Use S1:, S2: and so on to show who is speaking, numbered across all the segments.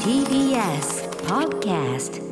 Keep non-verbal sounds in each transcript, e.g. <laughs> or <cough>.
S1: TBS Podcast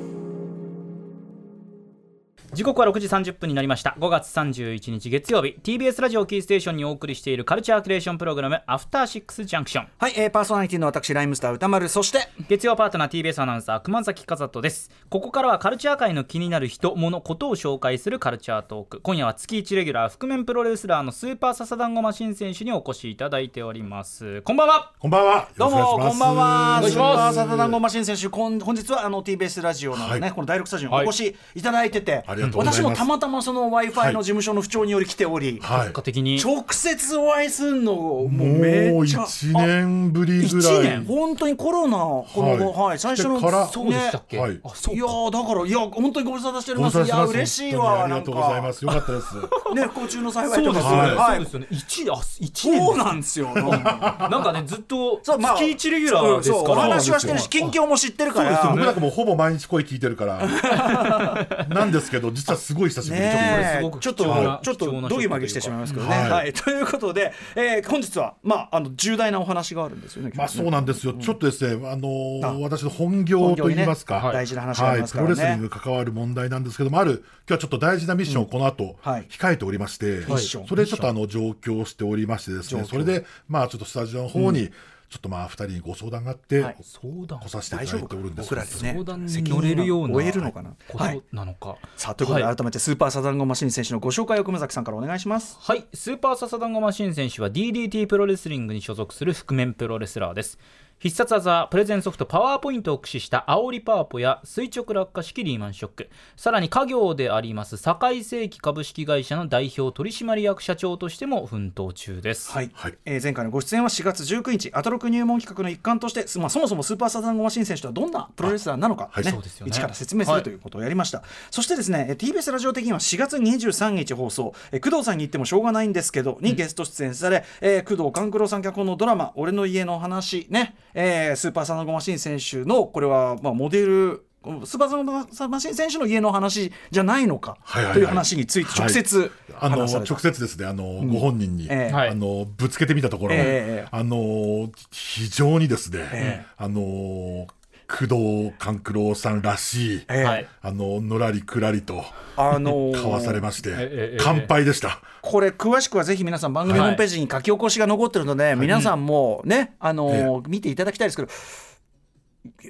S2: 時刻は6時30分になりました5月31日月曜日 TBS ラジオキーステーションにお送りしているカルチャークリエーションプログラム「アフターシックスジャンクション
S3: はい、えー、パーソナリティの私ライムスター歌丸そして」
S2: 月曜パートナー TBS アナウンサー熊崎和人ですここからはカルチャー界の気になる人物ことを紹介するカルチャートーク今夜は月1レギュラー覆面プロレスラーのスーパーササダンゴマシン選手にお越しいただいておりますこんばんは
S4: こんばんは。
S3: どうもこんばんは
S4: よろ
S3: ス
S4: し
S3: ー
S4: くお願いし
S3: パ
S4: ま
S3: ー
S4: す
S3: サタダンゴマシン選手こん本日はあの TBS ラジオのね、
S4: はい
S3: この第6スタジオにお越しいただいてて、
S4: ありがとうございます
S3: 私もたまたまその w i f i の事務所の不調により来ており、
S4: はい。
S2: 結果的に
S3: 直接お会いするのもうめ
S4: もう
S3: っちゃ
S4: 一年ぶりぐらい。
S3: 1年本当にコロナこの、
S4: はい
S3: はい、最初の
S4: してから
S3: そ
S2: どうでしたっけ、
S4: はい
S2: あそう
S3: いやーだからいや本当にご無沙汰しており
S4: ご無
S3: ますい
S4: 沙汰して
S3: や
S4: ます
S3: 嬉しい
S4: 本当に
S3: わ
S4: あり
S3: な
S4: が
S3: ん
S4: とうございま
S3: か
S4: す。よかったです。
S3: ね不幸中の幸い
S2: そう
S3: と
S2: ですよね、
S4: はい
S3: は
S2: そう
S3: い
S2: ですよね1あ一年
S3: そう
S2: です
S3: なんですよなんか
S2: なんかねずっと月
S3: そうまあ
S2: 1レギュラーですから、
S3: そうお話はしてるし
S4: そう
S3: 近況も知ってるか
S4: 僕
S3: ら
S4: なんかもうほぼ毎日声聞いてるから。
S3: <laughs>
S4: なんですけど、実はすごい久しぶり。ちょっとこれ
S3: ね
S2: す
S3: え
S2: ごく
S3: ち
S2: 貴
S3: ょっと
S2: 重な
S3: ちょっ
S2: 貴重
S3: と
S2: な
S3: どぎまぎしてしまいますけどね。
S4: うんはい
S3: はい、 <laughs> ということで、えー本日は、まあ、あの重大なお話があるんですよね。
S4: まあそう
S3: な
S4: なんですよ、ちょっとですね、あのー
S3: あ
S4: 私の本業といいますか、
S3: 本業にねはい大事な話がありますからね
S4: はいプロレスリングに関わる問題なんですけども、ある、今日はちょっと大事なミッションをこの後、
S3: はい
S4: 控えておりまして、
S3: ッション
S4: それちょっとあの上京しておりましてですね、それで、まあちょっとスタジオの方に、ちょっとまあ2人にご相談があって、
S3: はい
S2: 相談
S4: 来させてい
S3: 大
S4: ただ
S3: 丈
S4: いて
S3: 夫
S4: おるんで
S3: 僕
S4: すけど
S3: らですね。
S2: 相談に乗れるような
S3: 責任を負えるのかな。
S2: こ
S3: はい
S2: と。なのか。
S3: さあということで、
S2: はい
S3: 改めてスーパーサザンゴマシン選手のご紹介を熊崎さんからお願いします。
S2: はい、スーパーササダンゴマシン選手は DDT プロレスリングに所属する覆面プロレスラーです必殺技プレゼンソフトパワーポイントを駆使した煽りパワポや垂直落下式リーマンショックさらに家業であります堺世紀株式会社の代表取締役社長としても奮闘中です、
S3: はい、
S4: はい
S3: えー前回のご出演は4月19日アトロク入門企画の一環として、すまあ、そもそもスーパーサザンゴマシン選手とはどんなプロレスラーなのか、
S4: はい
S3: ね
S2: そうですよね
S3: 一から説明するということをやりました、そしてですねえー TBS ラジオ的には4月23日放送「えー工藤さんに言ってもしょうがないんですけど」にゲスト出演され、えー工藤官九郎さん脚本のドラマ「俺の家の話ね」えースーパーサザンゴマシン選手のこれは、まあ、モデルスーパーサザンゴマシン選手の家の話じゃないのか
S4: はいはいはい
S3: という話について直接
S4: あの
S3: 話された、
S4: 直接ですねあの、ご本人に、
S3: ええ
S2: はい
S4: あのぶつけてみたところ、
S3: ええええ
S4: あの非常にですね、
S3: え
S4: あの工藤官九郎さんらしい、
S3: えー
S2: はい
S4: あののらりくらりと
S3: あ
S4: <laughs>
S3: のー
S4: かわされまして、
S2: ええ
S4: 乾杯でした、
S3: これ詳しくはぜひ皆さん番組ホームページに書き起こしが残ってるので、皆さんもね、あのー見ていただきたいですけど。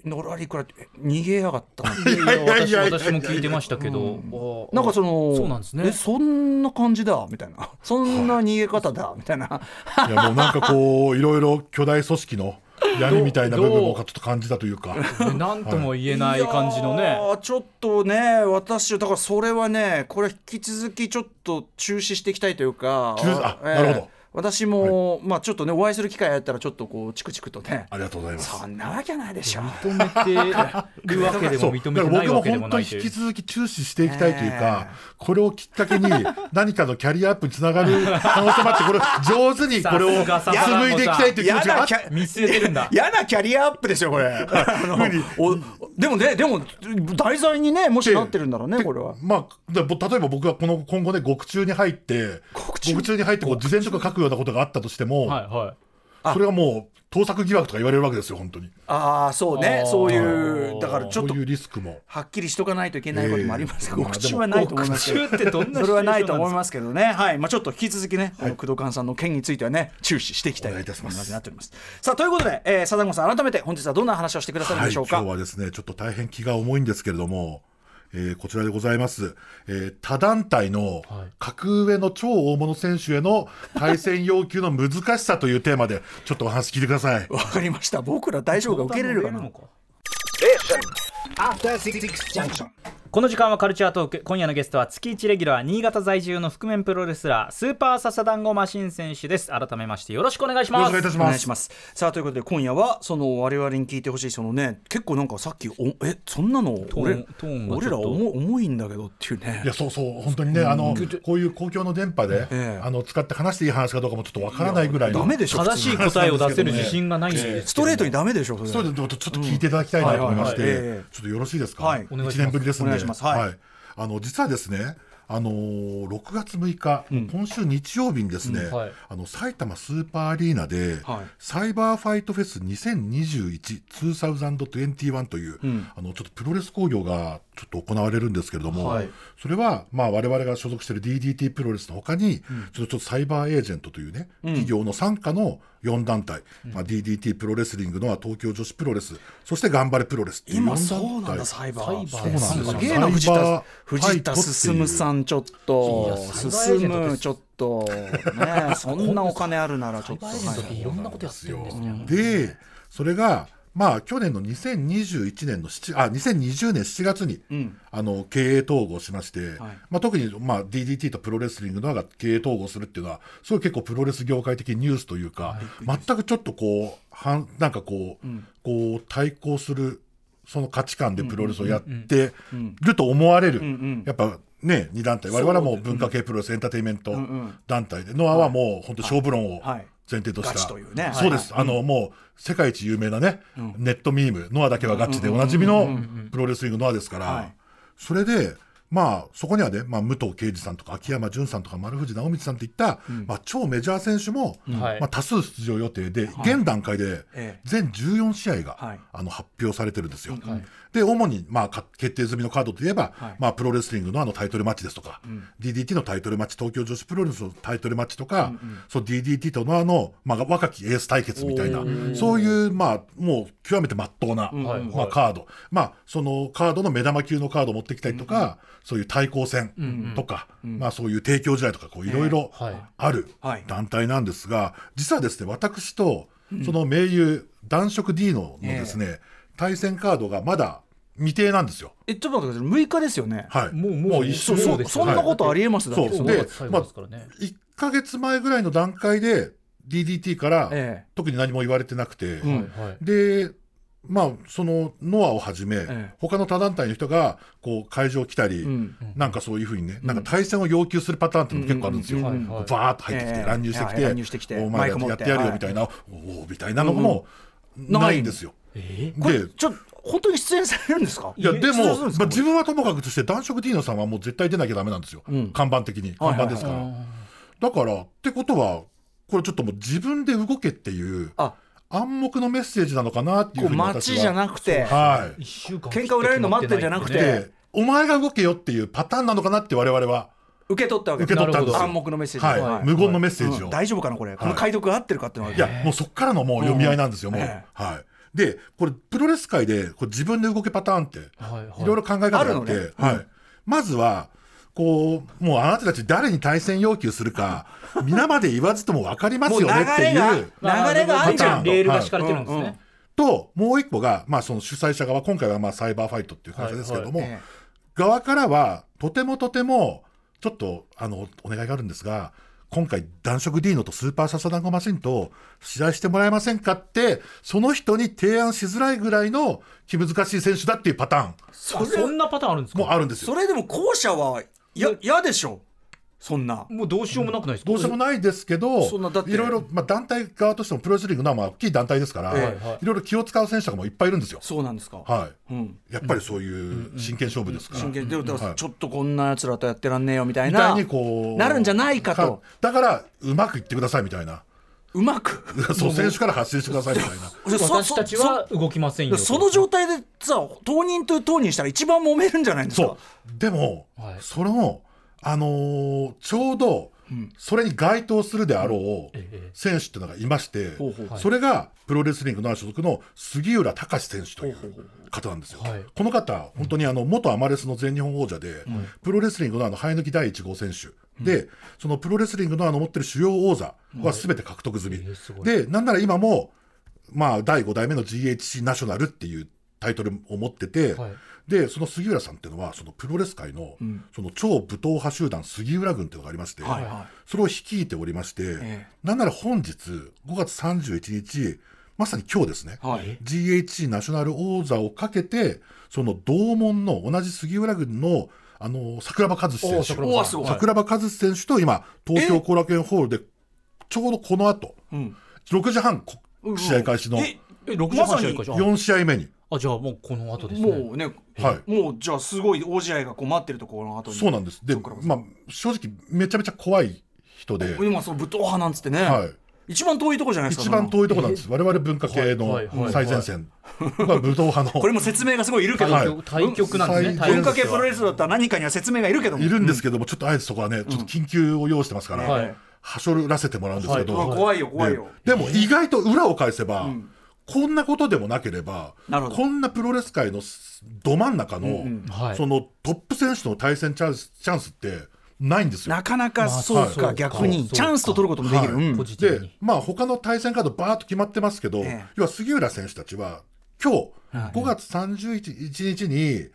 S3: のらりくらってえ逃げやがったな
S2: いや
S4: いやい
S2: 私
S4: やいや
S2: 私も聞いてましたけど、おー
S3: なんかその
S2: そうなんですね
S3: えそんな感じだみたいなそんな逃げ方だみたいな
S4: いやもうなんかこうい <laughs> ろいろ巨大組織の闇みたいな部分
S2: ど
S4: を
S2: う
S4: ちょっと感じたというか。 <laughs>
S2: ねなんとも言えない感じのね、
S3: いやーちょっとね私だからそれはねこれ引き続きちょっと中止していきたいというか
S4: 中止あ
S3: えー
S4: なるほど
S3: 私も、まあちょっとねお会いする機会あったらちょっとこうチクチクとね
S4: ありがとうございます。
S3: そんなわけないでしょ
S2: 認めてるわけで
S4: そう
S2: も認めてないわけでもないと
S4: だから僕も本当に
S2: い
S4: 引き
S2: う。
S4: 続き注視していきたいというか、これをきっかけに何かのキャリアアップにつ
S2: <laughs>
S4: ながる可能性もあってこれ上手にこれを
S2: さすが
S4: 紡いでいきたいという気持ちがあっ
S3: やだ
S2: 見据えてるんだ。
S3: 嫌なキャリアアップでしょこれ <laughs> あのおでもねでも題材にねもしなってるんだろうねこれは
S4: まあ、でぼ例えば僕がこの今後ね獄中に入って
S3: 獄中
S4: に入ってこう事前とか書くようなことがあったとしても、
S2: はいは
S4: それはもう盗作疑惑とか言われるわけですよ本当に
S3: ああそうね
S2: あー
S3: そういうだからち
S4: そ
S3: ょっ
S4: う
S3: と
S4: いうリスクも
S3: はっきりしとかないといけないこともあります
S4: え
S3: が
S4: え
S3: 告知はないと思い <laughs> ますけど
S2: い。ってどんな
S3: それはないと思いますけどね、はいまあ、ちょっと引き続きね、この工藤寛さんの件についてはね、注視していきたい
S4: お願いいたします
S3: とうふうになっております。さあということで、えー、貞子さん、改めて本日はどんな話をしてくださるんでしょうか。
S4: はい、今日はですねちょっと大変気が重いんですけれども、えーこちらでございます、えー他団体の
S2: はい
S4: 格上の超大物選手への対戦要求の難しさというテーマでちょっとお話聞いてください
S3: わかりました、僕ら大丈夫が受けれるかな。
S2: この時間はカルチャートーク今夜のゲストは月1レギュラー新潟在住の覆面プロレスラースーパーササダンゴマシン選手です改めましてよろしくお願いしま
S4: よろしくお願いいた
S2: す
S4: し
S3: お願いします。さあということで今夜はその我々に聞いてほしいそのね結構なんかさっきおえそんなの
S2: ーン
S3: 俺
S2: トーンがちょ
S3: 俺
S2: っ
S3: ら
S2: と
S3: 重重いんだけどっていうね
S4: いや。そうそう本当にね、あのこういう公共の電波で、
S3: ええ
S4: あの使って話していい話かどうかもちょっとわからないぐらいの
S3: ダメでしょ。
S2: 正しい答えを出せる自信がないんですけどね
S3: ストレートにダメでしょそれ。
S4: そうですちょっと聞いていただきたいなと思いまし
S3: うんはいはいはいえ
S4: て
S3: え、
S4: ちょっとよろしいですか、
S3: はい
S4: 1年ぶりですん
S3: お
S4: で、
S3: 願いしますはい
S4: あの実はですね、あのー6月6日、
S3: うん
S4: 今週日曜日にですね、
S2: うんはい
S4: あの埼玉スーパーアリーナで、
S3: はい
S4: サイバーファイトフェス2021、2021という、
S3: うん
S4: あのちょっとプロレス興行がちょっと行われるんですけれども、
S3: はい
S4: それは、まあ、我々が所属している DDT プロレスのほかに、ちょっとちょっとサイバーエージェントというね、企業の傘下の4団体、まあ、DDT プロレスリングのは東京女子プロレス、そして頑張れプロレスっていう
S3: 今
S4: 4
S3: そう
S4: 団
S3: なんだ
S4: 体。
S3: サイバー
S2: サイバー
S3: そうなんだすげえ
S4: サ
S3: な
S4: イバー
S3: 藤
S4: フ
S3: 田
S4: ァイトっていう
S3: 藤田進さんちょっ
S2: いや
S3: と
S2: サイバーエージェントで
S3: 進
S2: す
S3: ちょっとねそんなお金あるならちょっと
S2: サイバーエージェントって
S3: はい
S2: いろんなことやってるんですね。
S4: で、それが、まあ、去年の2021年の7、あ、2020年7月に、
S3: うん
S4: あの、経営統合しまして、
S3: はい
S4: まあ、特に、まあ、DDT とプロレスリングの方が経営統合するっていうのは、すごい結構プロレス業界的ニュースというか、全くちょっとこう、はんなんかこう、こう、対抗する、その価値観でプロレスをやってると思われる、
S3: んうん
S4: やっぱね、2団体、我々はもう文化系プロレスエンターテインメント
S3: ん
S4: 団体で、ノアはもう本当勝負論を
S3: はい
S4: 前提とした。
S3: ガチというね
S4: そうです。あの、もう、世界一有名なね、ネットミーム、ノアだけはガチでおなじみのプロレスリングノアですから、
S3: はい
S4: それで、まあ、そこにはね、まあ、武藤敬司さんとか秋山純さんとか丸藤直道さんといった、まあ、超メジャー選手も、
S2: はい
S4: まあ、多数出場予定で、現段階で
S3: ええ
S4: 全14試合が、
S3: はい
S4: あの発表されてるんですよ。
S2: はい
S4: で主に、まあ、か決定済みのカードといえば、
S3: はい
S4: まあ、プロレスリングのあのタイトルマッチですとか、DDT のタイトルマッチ東京女子プロレスのタイトルマッチとか、そう DDT とのあの、まあ、若きエース対決みたいなそういう、まあ、もう極めて真っ当な、
S2: はい
S4: まあ、カード、まあ、そのカードの目玉級のカードを持ってきたりとか、そういう対抗戦とか、まあ、そういう提供試合とかこういろいろ
S2: えはい
S4: ある
S3: はい
S4: 団体なんですが、実はですね私とその盟友男色 D ののですね、対戦カードがまだ未定なんですよ。
S3: えちょっと待ってください6日ですよね
S4: はい、
S2: もうもう
S4: 一
S2: そ
S4: 緒
S2: う
S4: そ
S2: そうう
S4: で
S2: ですす
S3: そんなことありえますだって
S4: そう
S2: そう
S4: で
S2: で、最後ですからね。
S4: 1か月前ぐらいの段階で DDT から、
S3: ええ
S4: 特に何も言われてなくて、
S2: は
S3: ん
S2: いはい
S4: でまあそのノアをはじめ、
S3: え
S4: 他の他団体の人がこう会場来たり、
S3: うん
S4: なんかそういうふうにね、なんか対戦を要求するパターンっていうの結構あるんですよ、
S2: うんうんうんはいはい
S4: バーッと入ってきて、
S3: ええ
S4: 乱入してき
S3: え
S4: て,、
S3: え乱入してきて
S4: お
S3: マ
S4: 前
S3: イク
S4: ら
S3: 持
S4: や
S3: っ
S4: っててやるよみたいな、おおみたいなのもないんですよ。
S2: えー
S3: これ
S4: で
S3: ちょ本当に出演されるんですか
S4: いやで
S3: 出演
S4: も、
S3: す
S4: ま
S3: るん
S4: あ
S3: ですか、
S4: 自分はともかくとして男色 D のさんはもう絶対出なきゃダメなんですよ、
S3: うん
S4: 看板的に看板ですから、
S2: はいはい
S4: だからってことはこれちょっともう自分で動けっていう
S3: あ
S4: 暗黙のメッセージなのかなってい
S3: こ
S4: うふ
S3: う
S4: うに
S3: 待
S4: 私
S3: ち
S4: は
S3: じゃなくて
S4: はい
S2: 一週間
S3: 喧嘩売られるの待ってんじゃなくて
S4: でお前が動けよっていうパターンなのかなって我々は
S3: 受け取ったわけ
S4: 受け取ったんですよ
S3: 暗黙のメッセージ
S4: はい、
S3: はい
S4: 無言のメッセージ
S3: う
S4: を、
S3: ん
S4: い、
S3: 大丈夫かなこれこの解読が合ってるかっていうのは
S4: やもうそっからのもう読み合いなんですよ、
S3: うん
S4: もう、
S3: え
S4: はいでこれプロレス界でこう自分で動けパターンって、
S2: はいはい
S4: いろいろ考え方があって
S3: あるのね
S4: はい、まずはこうもうあなたたち誰に対戦要求するか皆まで言わずとも分かります
S3: もう
S4: よ
S3: 流
S4: ねって
S3: れ
S4: い
S3: が
S4: う
S3: 流れがあるじゃ
S4: パターン
S3: ん
S2: レールが敷かれてるんです
S3: はい
S2: ね。
S4: ともう一個が、まあ、その主催者側今回はまあサイバーファイトっていう会社ですけれども、
S3: はいはいえ
S4: 側からはとてもとてもちょっとあのお願いがあるんですが今回男色 D のとスーパーササダンゴマシンと試合してもらえませんかってその人に提案しづらいぐらいの気難しい選手だっていうパターン
S2: あ
S3: そ
S2: そ
S3: れ
S2: んなパターンあるんです
S4: も
S2: か
S4: あるんですよ
S3: そ。れでも後者はや嫌でしょそんな
S2: もうどうしようもなくないですか
S4: どうしようもないですけど、
S3: そんなだって
S4: いろいろ、まあ、団体側としてもプロレスリングのはまあ大きい団体ですから、
S3: え
S2: えはい
S4: いろいろ気を使う選手とかもいっぱいいるんですよ。
S3: そうなんですか
S4: はい、
S3: うん
S4: やっぱりそういう真剣勝負ですから。
S3: 真剣でだから
S4: はい
S3: ちょっとこんなやつらとやってらんねえよみたい
S4: みたい
S3: な
S4: にこう
S3: なるんじゃないかと
S4: だからうまくいってくださいみ
S3: <laughs>
S4: たいな
S3: うまく
S4: <laughs> そう選手から発信してくださいみたいな
S2: 私たちは動きませんよ。
S3: そその状態でさ当人と当人したら一番揉めるんじゃないんです
S4: そう
S3: か
S4: でも、
S2: はい
S4: その、あのーちょうどそれに該当するであろう
S2: ええ
S4: 選手っていうのがいまして、
S3: ほうほう
S2: はい
S4: それがプロレスリングの所属の杉浦隆選手という方なんですよ。
S2: はい
S4: この方本当にあの元アマレスの全日本王者で、プロレスリングのあの生え抜き第1号選手で、そのプロレスリングのあの持ってる主要王座は全て獲得済み、
S2: ええすごい
S4: でなんなら今も、まあ、第5代目の GHC ナショナルっていうタイトルを持ってて、
S2: はい
S4: でその杉浦さんっていうのはそのプロレス界の,、その超武闘派集団杉浦軍っていうのがありまして、
S3: はいはい
S4: それを率いておりまして、
S3: え
S4: なんなら本日5月31日まさに今日ですね、
S3: はい
S4: GHC ナショナル王座をかけてその同門の同じ杉浦軍のあの桜庭和志選
S2: お
S4: 手
S2: ー桜
S3: お
S2: 庭
S3: わす
S2: さん
S3: ごい
S4: 桜庭和志選手と今東京後楽園ホールでちょうどこの後
S3: うん
S4: 6時半こ試合開始の
S3: え
S2: え、6時半試合かじゃん。
S4: 4試合目に
S2: あじゃあもうこの後ですね
S3: もうね、
S4: は
S3: もうじゃあすごい王子愛がこう待ってるところの後に
S4: そうなんですで、
S3: そっから
S4: まあ、正直めちゃめちゃ怖い人で、
S3: 今そう武闘派なんつってね、
S4: はい、
S3: 一番遠いとこじゃないですか
S4: 一番
S3: い
S4: 遠いところなんです我々文化系
S2: はいはいは
S4: の
S2: い
S4: 最前線が武闘派の
S3: これも説明がすごいいるけど、
S4: はい
S2: 対局対局なんですね
S4: は
S2: 対
S4: い
S2: 局
S3: 文化系プロレスだったら何かには説明がいるけども
S4: いるんですけども、ちょっとあえてそこはね、ちょっと緊急を要してますから、
S2: は
S4: はいしょらせてもらうんですけど、
S2: は
S3: うわ怖いよ怖いよ、
S4: でも意外と裏を返せば、こんなことでもなければ、
S3: なるほど
S4: こんなプロレス界のど真ん中の、
S3: ん
S2: はい
S4: そのトップ選手との対戦チャンスチャンスってないんですよ
S3: な。かなか
S2: まあ
S3: そう
S4: そう
S3: か、
S2: か
S3: 逆に
S2: そうか
S3: チャンスと取ることもできる、
S4: はい
S3: うん
S2: ポジティブ
S4: で
S2: に、
S4: まあ他の対戦カード、ばーっと決まってますけど、
S3: ええ
S4: 要は杉浦選手たちは、今日
S3: はい
S4: 5月31日に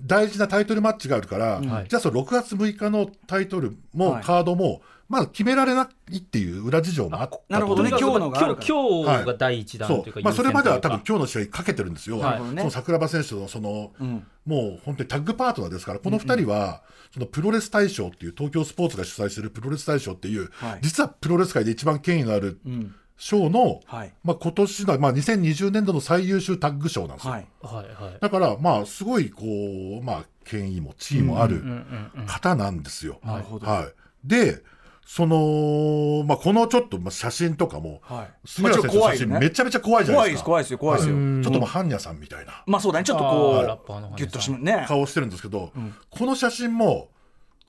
S4: 大事なタイトルマッチがあるから、
S2: はい
S4: じゃあ、その6月6日のタイトル
S3: は
S4: も
S3: い
S4: カードも、まだ決められないっていう裏事情もあったと
S3: なるほどね
S2: とにかく
S3: 今日のがあるから
S2: 今日今日が
S4: はい
S2: 第一弾と
S4: そ
S2: いう
S4: う
S2: か、
S4: まあ、それまでは多分
S2: 優先というか
S4: 今日の試合かけてるんですよ、
S2: なるほ
S3: どね
S4: その桜庭選手のその、
S3: ん
S4: もう本当にタッグパートナーですから、この2人は、そのプロレス大賞っていう、東京スポーツが主催するプロレス大賞っていう、
S3: はい
S4: 実はプロレス界で一番権威のある
S3: うん
S4: 賞の、
S3: はい
S4: まあ今年の、まあ、2020年度の最優秀タッグ賞なんですよ。
S3: はい
S2: はいはい
S4: だから、まあ、すごい、こう、まあ、権威も地位もある
S2: うんうんうん
S4: 方なんですよ。
S3: なるほど
S4: はい。で、その、まあ、このちょっと、まあ、写真とかも、
S3: はい
S4: 杉浦選手の写真、
S3: まあちょっと怖いよね
S4: めちゃめちゃ怖いじゃな
S3: 怖
S4: い
S3: い
S4: で
S3: ですす
S4: か。
S3: 怖いですよ怖いですよ、
S4: ちょっともう、般若さんみたいな
S3: まあそうだねちょっと
S2: あーラッ
S3: こ
S2: パーの話
S3: うギュッとしまね
S4: <laughs> 顔してるんですけど、この写真も、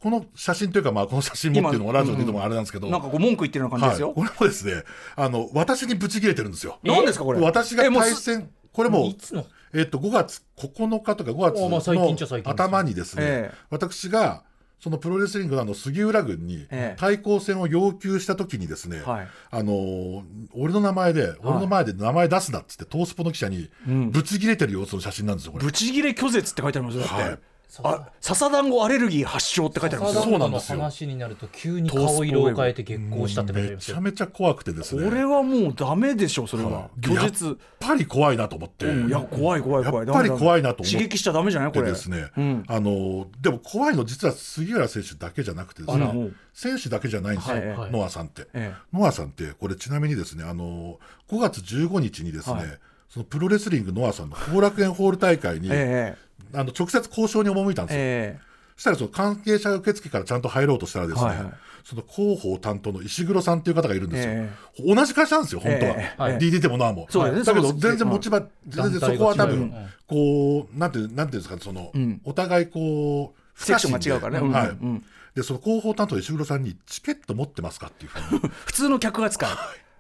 S4: この写真というか、まあ、この写真もっていうのも
S3: 今
S4: ラジオで言うのもあれなんですけど、
S3: なんかこう文句言ってるような感じですよ、
S4: はい、これもですね、あの、私にブチ切れてるんですよ。
S3: 何ですかこれ
S4: 私が
S3: えもう
S4: 対
S3: す
S4: 戦、これもう
S2: いつの
S4: えっと、5月9日とか
S2: あまあ最近
S4: 5
S2: っちゃ最近で
S4: 月の
S2: すね
S4: 頭にですね、
S3: ええ
S4: 私がそのプロレスリングのあの杉浦軍に
S3: ええ
S4: 対抗戦を要求した時にですね、
S3: はい
S4: あのー俺の名前で、俺の前で名前出すなっつって、トースポの記者にぶち切れてる様子の写真なんですよ、これ。
S3: ブチギレ拒絶って書いてありますよだって、
S4: はい
S3: あ笹団子アレルギー発症って書いてありますよ
S4: 笹そうなんですよ
S2: の話になると急に顔色を変えて激高したって書いてあり
S4: め
S2: ます
S4: ち
S2: よ
S4: ゃめちゃ怖くてです
S3: こ
S4: ね。
S3: れはもうダメでしょそれは
S4: はい
S3: 拒
S4: や
S3: 絶
S4: っぱり怖いなと思って。
S3: うんいや怖い怖い怖い
S4: やっぱり
S3: ダメダメ
S4: 怖いなと思って
S3: 刺激しちゃダメじゃないこれ
S4: でですね、
S3: うん
S4: あのでも怖いの実は杉浦選手だけじゃなくてですね
S3: あら
S4: 選手だけじゃないんですよ、
S3: はい
S2: はい
S4: ノアさんって、
S3: ええ
S4: ノアさんってこれちなみにですねあの5月15日にですね、
S3: はい
S4: そのプロレスリングノアさんの後楽園ホール大会に、
S3: え
S4: あの直接交渉に赴いた
S3: え
S4: んですよ、
S3: え
S4: そしたらその関係者受付からちゃんと入ろうとしたらですね、
S3: はいはい
S4: その広報担当の石黒さんという方がいるんですよ、
S3: え
S4: 同じ会社なんですよ、本当は、
S3: え
S2: えはい
S4: DDT も NOA も、
S3: そうだよね
S4: だけ
S3: そ
S4: ど
S3: うです
S4: 全然持ち場、全然そこは多分、
S2: うん
S4: こうなんていうなんていうんですかね、その、
S3: ん
S4: お互いこう、不
S3: セ
S4: 可
S3: クシ
S4: 侵
S3: ョン
S4: で
S3: が違うからねうん
S4: はい
S3: うん
S4: でその広報担当の石黒さんに、チケット持ってますかっていうふうに
S3: え普通の客扱い、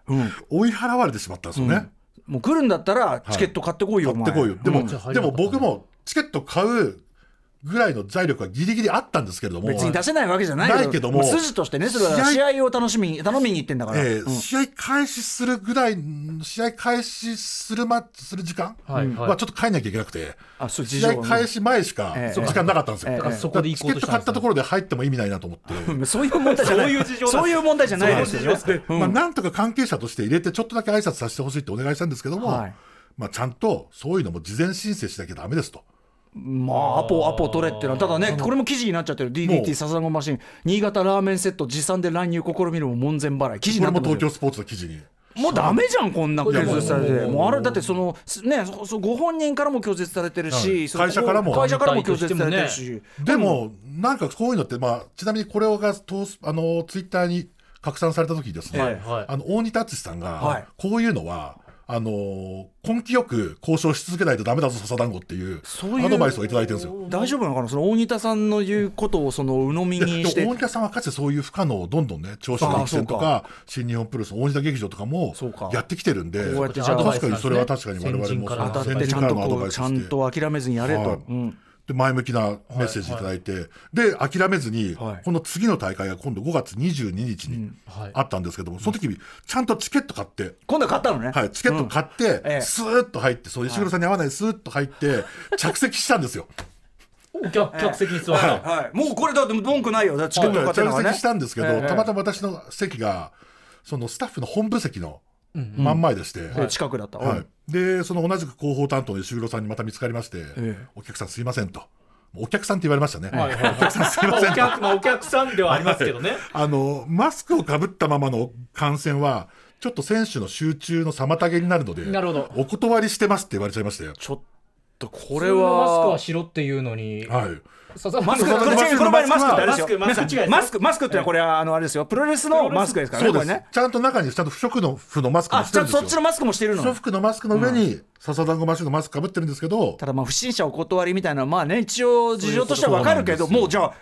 S3: うん、
S4: 追い払われてしまったんですよね。
S3: もう来るんだったらチケット買ってこいよ、
S4: 買ってこいよ。でも、
S2: じゃあ入
S4: で
S2: らな
S4: も
S2: かったね
S4: 僕もチケット買うぐらいの財力はギリギリあったんですけれど
S3: お
S4: も、
S3: 前別に出せないわけじゃないけど
S4: ないけども
S3: う筋としてねそれは
S4: 試
S3: 試合を楽しみに頼みに行ってんだから、
S4: えー
S3: うん
S4: 試合開始するぐらい、試合開始する,、ま、する時間は、
S2: はいはい
S4: ちょっと帰んなきゃいけなくて、
S3: あそう事
S4: 試
S3: 情
S4: 合開始前しか
S3: ええ
S4: 時間なかったんですよ。
S3: ええだから
S2: そこで行こうとし
S4: チ
S2: た
S4: ケット
S2: ん
S4: 買
S2: ですね
S4: ったところで入っても意味ないなと思って。
S3: うん <laughs> そういう問題じゃない
S2: そういう事情なんです
S3: そういう問題じゃないですよね
S2: そういう事情です
S3: うん
S4: まあ、なんとか関係者として入れて、ちょっとだけ挨拶させてほしいってお願いしたんですけども、
S3: はい
S4: まあ、ちゃんとそういうのも事前申請しなきゃだめですと。
S3: まあ、アポアポ取れってのはただねこれも記事になっちゃってる DDT サザンゴマシン新潟ラーメンセット持参で乱入試みるも門前払い記事
S4: こ
S3: にな
S4: れ
S3: って
S4: も
S3: ますよ
S4: 東京スポーツの記事に。
S3: もうダメじゃんこんな拒絶されて
S2: いやもう
S3: もうあれだってそのすねそそご本人からも拒絶されてる
S4: は
S3: し
S4: い
S3: その
S4: 会社からも
S3: 会社からも拒絶されてるし
S4: でも、なんかこういうのって、まあ、ちなみにこれがとあのツイッターに拡散された時にですね、
S2: はいはい
S4: あの大仁田敦さんが、
S3: はい
S4: こういうのはあのー根気よく交渉し続けないとダメだぞ笹団子っていう
S3: そういう
S4: アドバイスをいただいてるんですよ。
S3: 大丈夫なのかなその大仁田さんの言うことをその鵜呑み
S4: で
S3: にして
S4: 大仁田さんはかつてそういう不可能をどんどんね長州力戦とか新日本プロレスの大仁田劇場とかも
S3: そうか
S4: やってきてるんで
S3: こうやってじゃあ
S4: 確かにそれは確かに我々も
S2: 先人か
S4: そ
S2: ら
S4: の
S2: の
S3: 当たっ
S4: 先
S3: てち
S4: 人
S3: ゃ
S4: か
S3: ん
S4: ら
S3: と
S4: のアド
S3: こ
S4: バ
S3: う
S4: イス
S3: ち
S4: を
S3: ゃん
S4: して
S3: と諦めずにやれ
S4: は
S3: と
S4: い、
S3: うん
S4: で前向きなメッセージいただいて、で諦めずに、
S3: はい
S4: この次の大会が今度5月22日に
S2: はい
S4: あったんですけども、その時にちゃんとチケット買って、
S3: 今度は買ったのね、
S4: はい、チケット買って、
S3: ええ
S4: スーッと入ってその石黒さんに合わないスーッと入って、着席したんですよ。
S2: お客客席に座っ
S3: はい
S2: た
S3: はい、もうこれだって文句ないよだってチケット買っ
S4: 着
S3: てるのはね
S4: 席したんですけど、
S3: ええ
S4: たまたま私の席がそのスタッフの本部席の真ん前でして。
S3: ええ近くだった、
S4: はい、でその同じく広報担当の石黒さんにまた見つかりまして、
S3: え
S4: お客さんすいませんとお客さんって言われましたね、
S2: はいはい
S4: お客さんすいません
S2: お客まあお客さんではありますけどね
S4: あのマスクをかぶったままの感染はちょっと選手の集中の妨げになるので、
S2: なるほど
S4: お断りしてますって言われちゃいましたよ。
S3: ちょっとこ
S2: こマス
S3: れ
S2: ク
S3: は
S2: はしろっていうのに
S4: はい。
S2: ささ
S3: マスク
S4: こ
S3: こ
S4: れ
S3: れ
S4: マスク
S3: この場合マスクってあれですよ
S2: マスクマスク
S3: 皆さん
S2: 違いです
S3: マスクマスクってのはこれはあのあれですよプロレスのマスクですから
S4: そ
S3: ね
S4: うで
S3: こ
S4: す、
S3: れね
S4: ちゃんと中にちゃんと不織の布のマスクも
S3: あ
S4: し
S3: ち
S4: て
S3: ゃ
S4: る
S3: ん
S4: ん
S3: と
S4: ですよ
S3: そっちのマスクもしてる
S4: 不
S3: の
S4: 織布のマスクの上に笹団子マシンのマスクかぶってるんですけど
S3: ただまあ不審者お断りみたいなまあね一応事情としては分かるけど
S4: そういう
S3: も
S4: こ
S3: う
S4: と
S3: じゃあ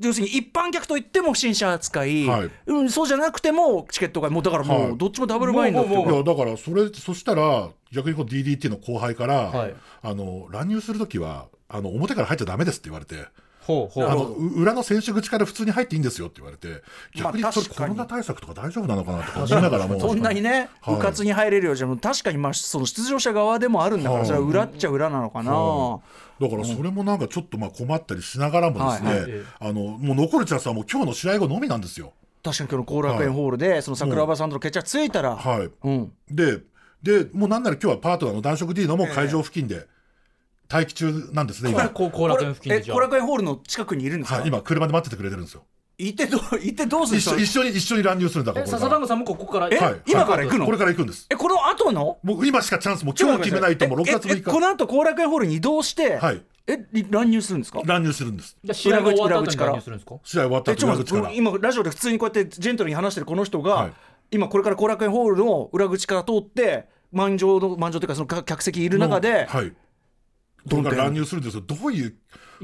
S3: 要するに一般客と言っても不審者扱い、
S4: はい
S3: うん、そうじゃなくてもチケットがもうだからも
S4: は
S3: う
S4: い
S3: どっちもダブルバインドっていうか
S2: もうもうも
S4: いやだからそれそしたら逆にこう DDT の後輩から、
S2: はい
S4: あの乱入するときはあの表から入っちゃダメですって言われて
S2: ほうほう
S4: あのう裏の選手口から普通に入っていいんですよって言われて逆に
S3: まあ
S4: それ
S3: 確
S4: コ
S3: かに
S4: ロナ対策とか大丈夫なのかなとか思いながらも
S3: そんなにね、
S4: はい
S3: 部活に入れるようじゃもう確かにまあその出場者側でもあるんだから、
S4: はい
S3: それは裏っちゃ裏なのかな、
S4: はだからそれもなんかちょっとまあ困ったりしながらもですね、
S3: はい
S2: はい
S4: あのもう残るチャンスはもう今日の試合後のみなんですよ。
S3: 確かに今日の後楽園ホールで、その桜庭さんとの決着ついたら、
S4: はい、
S3: うん、
S4: ででもうなんなら今日はパートナーの男色 D のも会場付近で待機中なんですね、
S2: これこう後楽園付近
S3: え
S2: でじゃあ
S3: 後楽園ホールの近くにいるんです
S4: 今
S3: か、
S4: はい、今車で待っててくれてるんですよ
S3: いてどういてどうするん
S4: 一
S3: です
S4: 緒
S3: か
S4: 一緒に一緒に乱入するんだから
S2: え
S4: これ
S2: 笹
S4: か
S2: 団
S4: ら
S2: 子さんもここから
S3: え、
S4: はい
S3: 今から行くの、
S4: これから行くんです
S3: えこの後の
S4: もう今しかチャンスもう今日決めないともう6月
S3: ええ
S4: 6
S3: こ
S4: 日
S3: の後後楽園ホールに移動して、
S4: はい
S3: えい乱入するんですか
S4: 乱入するんです
S2: じゃあ試合が終わった後に
S3: 裏口裏口から
S2: 何をするんですか
S4: 試合終わった
S3: え
S4: 後
S3: ちょっ
S4: 裏
S3: と待
S4: 口か
S3: っ
S4: ら
S3: て今ラジオで普通にこうやってジェントルに話してるこの人が、
S4: はい
S3: 今これから後楽園ホールの裏口から通って満場の満場というかその客客席いる中で、
S4: はいこれから乱入するんですよどういう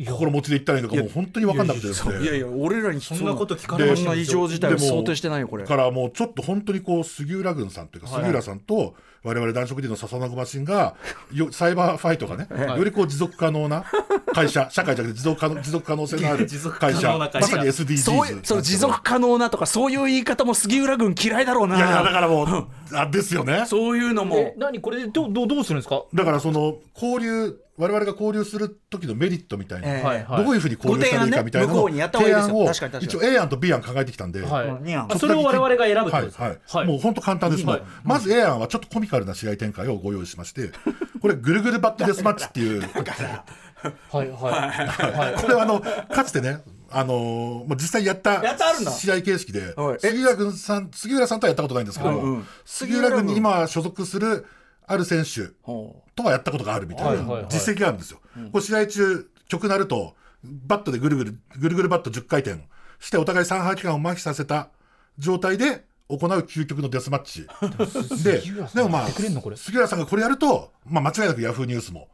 S4: 心持ちで行ったらいいのかもう本当に分かんなくてです
S3: い、やい
S4: ね
S3: や俺らに
S2: そんなこと聞か
S4: れまし
S3: そ
S4: た
S3: ん
S4: よ
S3: な異常事態
S4: で
S3: を
S4: も
S3: 想定してないよこれ
S4: からもうちょっと本当にこう杉浦軍さんというか
S2: はい
S4: 杉浦さんと我々男色人の笹名駒
S2: <laughs>
S4: 神がよサイバーファイトがね
S2: はい
S4: よりこう持続可能な会社 <laughs> 社会じゃなくて持続可能持続可能性のあ
S2: <laughs>
S4: る
S2: 持続可
S4: 会社
S2: 能な
S4: ま
S2: 会社
S4: さに SDGs
S3: そういうその持続可能なとかそういう言い方も杉浦軍嫌いだろうない
S4: やいやだからもうあですよね
S3: そういうの
S2: え
S3: も
S2: 何これでどうどうどうするんですか
S4: だからその交流我々が交流する時のメリットみたいな、
S3: ええ
S2: はいはい
S4: どういうふうに交流したらいいかみたいなの
S3: ご
S4: を
S3: 提案ね向こうにやった方がいいですよ
S4: 提案を
S3: 確かに確かに
S4: 一応 A 案と B 案考えてきたんで、
S2: はい
S3: うんいや
S2: あそれを我々が選ぶってこ
S4: は
S2: と
S4: い
S2: ですか
S4: はいもう本当簡単です、
S2: はい
S4: もうまず A 案はちょっとコミカルな試合展開をご用意しまして <laughs> これぐるぐるバットデスマッチっていう
S2: はいはいはい
S4: これはあのかつてねあのーまあ、実際やった
S3: やったあるんだ
S4: 試合形式で
S3: はいえ
S4: 杉浦君さん杉浦さんとはやったことないんですけど、
S3: うんうん
S4: 杉浦君に今所属するある選手
S3: ほう
S4: とはやったことがあるみたい
S2: はいはいはい
S4: な実績があるんですよ。こう試合中、曲なると、バットでぐるぐる、ぐるぐるバット10回転して、お互い3敗期間を麻痺させた状態で行う究極のデスマッチ。で、でもまあ、
S2: やってくれんのこれ
S4: 杉浦さんがこれやると、まあ間違いなくヤフーニュースも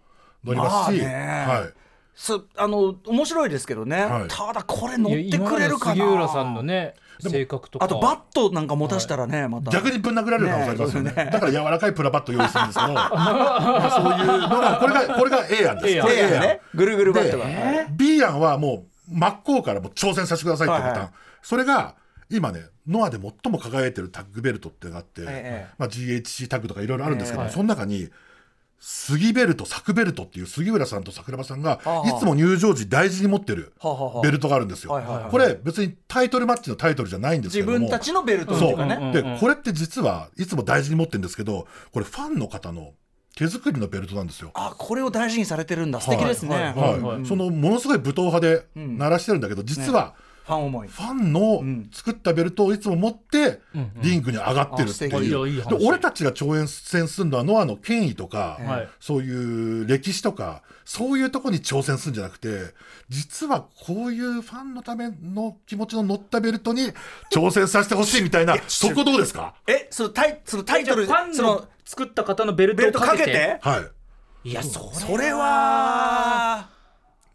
S4: 載りますし、
S3: まあね
S4: はい。
S3: そあの面白いですけどね、
S4: はい
S3: ただこれ乗っ
S2: いや
S3: てくれるかな
S2: 今までの杉浦さんのね性格とか
S3: あとバットなんか持たしたらね、また
S4: 逆にぶん殴られる可能性ありますよね
S3: ねえ
S4: だから柔らかいプラバット用意するんですけど <laughs> まあそういうのがこれがこれが A 案です
S2: A 案
S4: これ
S3: A 案ねぐるぐるバットが
S4: で B 案はもう真っ向からもう挑戦させてくださいってボタン、
S3: はいはい
S4: それが今ねノアで最も輝いてるタッグベルトっていうのがあって、
S3: ええ
S4: まあ、GHC タッグとかいろいろあるんですけど、
S2: ええ
S4: その中に杉ベルトサクベルトっていう杉浦さんと桜庭さんが
S3: あはい
S4: つも入場時大事に持ってる
S3: はあはあはあ
S4: ベルトがあるんですよ。
S3: はいはいはい
S4: これ別にタイトルマッチのタイトルじゃないんですけ
S3: 自
S4: ども
S3: 分たちのベルトってい
S4: そうう、
S3: かね、
S2: んん
S4: でこれって実はいつも大事に持ってるんですけどこれファンの方の手作りのベルトなんですよ。
S3: あこれを大事にされてるんだ素敵ですね、
S2: はい
S4: はい
S2: はい
S4: そのものすごい武闘派で
S3: うん
S4: 鳴らしてるんだけど、実は
S3: ファン思い
S4: ファンの
S3: ん
S4: 作ったベルトをいつも持って
S2: うんうん
S4: リングに上がってるって
S3: あ素敵い
S4: いう、
S2: やいい話
S4: で俺たちが挑戦するのはノアの権威とか、
S2: はい
S4: そういう歴史とかそういうとこに挑戦するんじゃなくて実はこういうファンのための気持ちの乗ったベルトに挑戦させてほしいみたいなそこどうですか
S3: えそのタイそのタイ
S2: じゃ
S3: ト
S2: あ
S3: ル
S2: ファン
S3: その
S2: の作った方のベル
S3: ベル
S2: ト
S3: ト
S2: をか
S3: か
S2: け
S3: け
S2: て
S3: て
S4: はい
S2: いやそ
S3: それは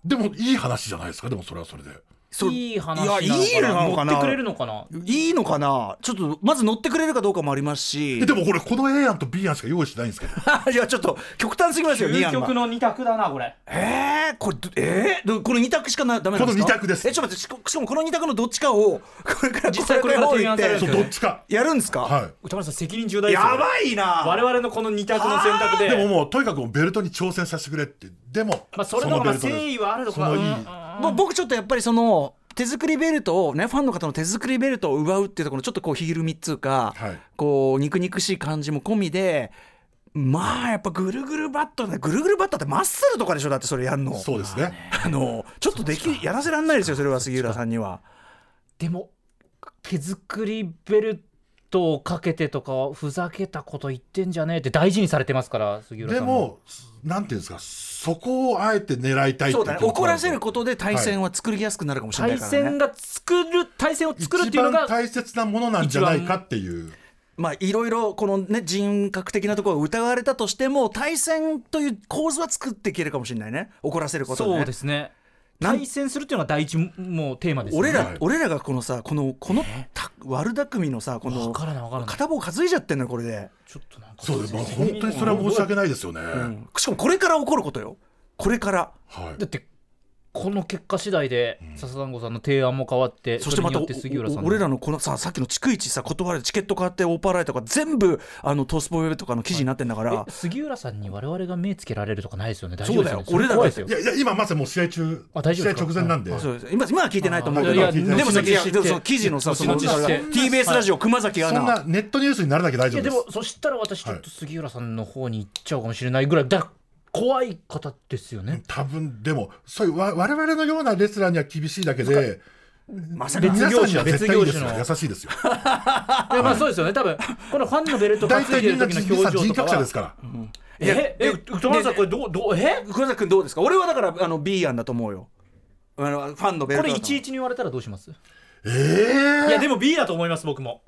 S4: でもいい話じゃないですかでもそれはそれで。
S3: そう
S2: いい話
S3: いやいい
S2: なの
S3: の
S2: か
S3: か
S2: な
S3: な
S2: 乗ってくれるのかない
S3: いのかなちょっとまず乗ってくれるかどうかもありますし
S4: えでもこれこの A 案と B 案しか用意してないんですけど
S3: <laughs> いやちょっと極端すぎますよ2
S2: 究
S3: 案が
S2: 極の二択だなこれ
S3: えー、これどえー、どこの2択しかなダメなんですか
S4: この二択です
S3: えちょっと待ってしかしかもこの2択のどっちかをこれから
S2: 実際これから
S3: これ
S2: 提案される
S3: 行
S4: そ
S3: っ
S4: う
S3: て
S4: どっちか
S3: やるんですか、
S4: は
S2: 歌丸さん責任重大ですよ
S3: やばいな
S2: 我々のこの二択の選択
S4: い
S2: で
S4: でももうとにかくもうベルトに挑戦させてくれってでも、
S2: まあそれの方が
S4: ベルトで
S2: 誠意はあるのか
S4: そのいい、
S2: うんうん
S3: ぼ僕ちょっとやっぱりその手作りベルトをねファンの方の手作りベルトを奪うっていうところのちょっとこうひるみっつうか、
S4: はい
S3: こう肉々しい感じも込みでまあやっぱぐるぐるバットねぐるぐるバットってマッスルとかでしょだってそれやんの
S4: そうですね
S3: あのちょっとできやらせらんないですよそれは杉浦さんには
S2: でも手作りベルトをかけてとかふざけたこと言ってんじゃねえって大事にされてますから杉浦
S4: で
S2: さんも
S4: も、なんていうんですか、そこをあえて狙いたいってい
S3: そうだね
S4: 気持ちもあるんです
S3: 怒らせ
S4: よ
S3: ることで対戦は作りやすくなるかもしれ
S2: 対
S3: ないからね、
S2: 戦が作る対戦を作るっていうの
S4: 一番
S2: が
S4: 大切なものなんじゃないかっていう。
S3: まあいろいろこのね人格的なところを疑われたとしても対戦という構図は作っていけるかもしれないね怒らせることで,、ね
S2: そうですね
S3: なん
S2: 対戦するっていうのが第一もうテーマですよね
S3: 俺ら、
S4: はい
S3: 俺らがこのさこのこのた悪巧みのさこ
S2: わ
S3: の
S2: からないわからない
S3: 片棒担いじゃってんのよこれで、
S2: ちょっとなんか
S4: そうです、まあ、本当にそれは申し訳ないですよね。
S3: うんしかもこれから起こることよこれから
S4: はい
S2: だ。ってこの結果次第で笹団子さんの提案も変わって
S3: そしてまた
S2: れによって杉浦さん
S3: おお
S2: の
S3: 俺らのこのささっきの逐一さ断るチケット買ってオーパーライとか全部あのトースポウェブとかの記事になってんだから、
S2: え杉浦さんに我々が目つけられるとかないですよね大丈
S3: そ
S2: 夫
S3: う
S2: ですよねそれ
S3: だよ俺らが
S2: 怖いですよ
S4: いやいや、今まさにもう試合中、
S2: あ大丈夫
S4: 試
S2: です
S4: 合
S2: か
S4: 直前なんで、
S3: あそうです今今は聞いてないと思うけ
S2: い
S3: ど
S2: や
S4: 聞いてない
S3: でもさ
S2: 後々
S3: いやでも
S2: 知っ
S3: そ
S2: て
S3: の記事のさその
S2: 後々知って
S3: TBS ラジオ熊崎ア
S4: そ
S3: ナ
S4: んなネットニュースにならなきゃ大
S2: い
S4: 丈
S2: やで
S4: 夫です。
S2: もそしたら私ちょっと杉浦さんの方に行っちゃうかもしれないぐらいだ怖い方ですよね
S4: 多分でも、そういうわ我々のようなレスラーには厳しいだけで、
S3: まさか
S2: 別
S4: 皆
S2: 業種
S4: さんに
S2: の
S4: は
S2: 別
S4: 絶対い
S2: 業
S4: いで
S2: 種
S4: す
S2: の
S4: よ、優しいですよ。
S2: いやまあそうですよね多分このファンのベルト担
S4: 大
S2: いで
S4: 体み
S2: る
S4: んな
S2: 時
S4: 人
S2: の表情とか
S4: 格者
S2: は
S4: ですから、
S2: ええ
S3: え
S2: 歌丸さんこれどうどうえ
S3: 熊崎君どうですか俺はだからあの B 案だと思うよあのファンのベル
S2: これ
S3: トだと
S2: いちいちに言われたらどうします
S4: え
S2: いやでも B だと思います僕も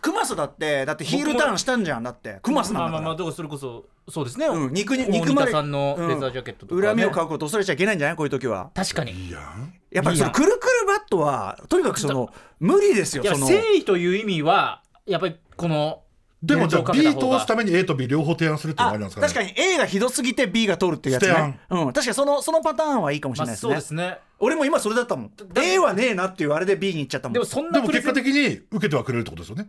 S3: 熊瀬だってだってヒールターンしたんじゃんだって熊瀬
S2: ま
S3: な
S2: あ
S3: ん
S2: ま
S3: だ
S2: あまあ
S3: から
S2: だからそれこそそうですね
S3: うん肉に
S2: 大仁
S3: 肉まで
S2: 田さんのレザージャケットとかね
S3: うん恨みを買うこと恐れちゃいけないんじゃないこういう時は
S2: 確かに
S4: いいやん。
S3: やっぱりその
S2: い
S3: くるくるバットはとにかくその無理ですよ
S2: いや
S3: その
S2: 誠意という意味はやっぱりこの
S4: でもじゃあ B 通す
S2: た
S4: ために A と B 両方提案するっていうの
S3: あ
S4: もありなんですかね。
S3: 確かに A がひどすぎて B が通るっていうやつ
S4: 捨て
S3: ね、うん、確かにそのそのパターンはいいかもし
S2: ま
S3: れな
S2: あ
S3: いです
S2: そう
S3: ね
S2: で、すね
S3: 俺も今それだったもん A はねえなっていうあれで B に行っちゃったもん
S2: でもそん
S4: で
S2: な
S4: も
S2: プレ
S4: 結
S2: ゼ
S4: 果
S2: ン
S4: 的に受けてはくれるってことですよね。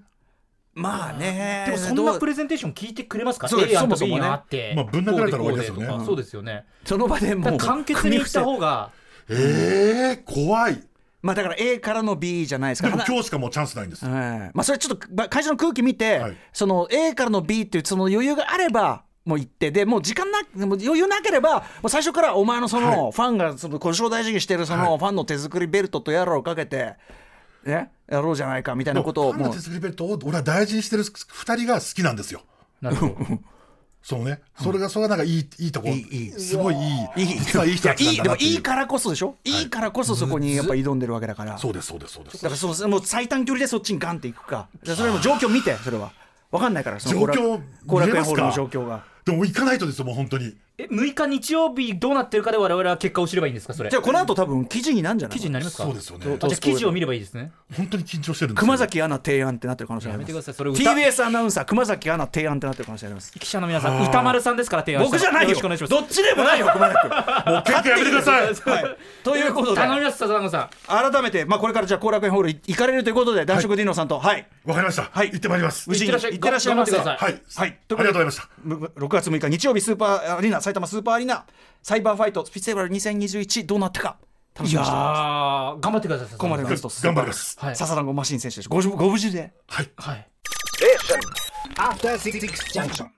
S3: まあね
S2: でもそんなプ
S3: どう
S2: レゼンテーション聞いてくれますか
S3: そうです
S2: A 案と
S3: そも
S2: B
S3: そもね
S2: 案あって
S4: まあぶん殴られたら終わりですよ
S2: こ
S4: ね
S2: うとか
S4: うん
S2: そうですよね
S3: その場でも
S2: だ
S3: う
S2: から簡潔に言った方
S3: <laughs>
S2: が
S4: ええ怖い。
S3: まあだから A からの B じゃないですか
S4: でも今日しかもうチャンスないんです。
S3: はいまあそれちょっとまあ会社の空気見て、
S4: はい
S3: その A からの B っていうその余裕があればもう行ってでもう時間なもう余裕なければもう最初からお前のそのファンがその故障大事にしてるそのファンの手作りベルトとやらをかけてねやろうじゃないかみたいなことを
S4: ファン
S3: も
S4: の
S3: う
S4: 手作りベルトを俺は大事にしてる二人が好きなんですよ。
S2: なるほど
S4: そうね。それが、それはなんかいい、いいとこ。
S3: いいいい
S4: すごいいい。
S3: いい
S4: 実はいい人たち
S3: や
S4: ない
S3: い
S4: んだ
S3: で
S4: な
S3: も
S4: っていう
S3: いいからこそでしょいいからこそそこにやっぱ挑んでるわけだから
S4: そうです、そうです、そうで
S3: だ
S4: す。
S3: からそのもう最短距離でそっちにガンっていくかじゃあそれも状況見てそれは分かんないからその後楽
S4: 状況
S3: 後楽
S4: 見
S3: 園
S4: れます
S3: ホー
S4: か
S3: ルの状況が
S4: でも行かないとですよ、もう本当に。
S2: え6日日曜日どうなってるかで我々は結果を知ればいいんですかそれ
S3: じゃあこの後多分記事になるんじゃない
S2: 記事になりますか
S4: そうですよね
S2: あ。じゃあ記事を見ればいいですね
S4: 本当に緊張してるんですよ
S3: 熊。崎アナ提案ってなってる可能性あります
S2: やめてくださいそれ歌
S3: TBS アナウンサー熊崎アナ提案ってなってる可能性あります
S2: 記者の皆さん歌丸さんですから提案した
S3: 僕じゃないよ
S2: よろしくお願いします
S3: どっちでもないよ熊崎君
S4: もう結構やめてくださ
S3: は
S4: い。
S3: いということで
S2: 頼みます笹団子さん
S3: 改めて、まあ、これからじゃあ後楽園ホール行かれるということで男色ディノさんとはい
S4: わかりました。
S3: はい
S4: 行ってまいります。
S3: 無
S4: は
S3: 事
S4: い。
S3: に
S2: 行ってらっしゃい
S3: 行ってらっしゃいませ
S2: 頑張ってくださ
S4: はい。ありがとうございました。
S3: む6月6日日曜日スーパーアリーナ埼玉スーパーアリーナサイバーファイトスピッツェバル2021どうなったか楽
S2: い
S3: しみ
S2: や
S3: にしてます
S2: ー頑張ってください笹
S3: ここ
S2: 団子さん
S3: までのゲスト
S4: 頑張ります
S3: スーパー笹団子マシン選手でしたご無事ご無事で
S4: はい。
S2: はい
S1: After Six Junction.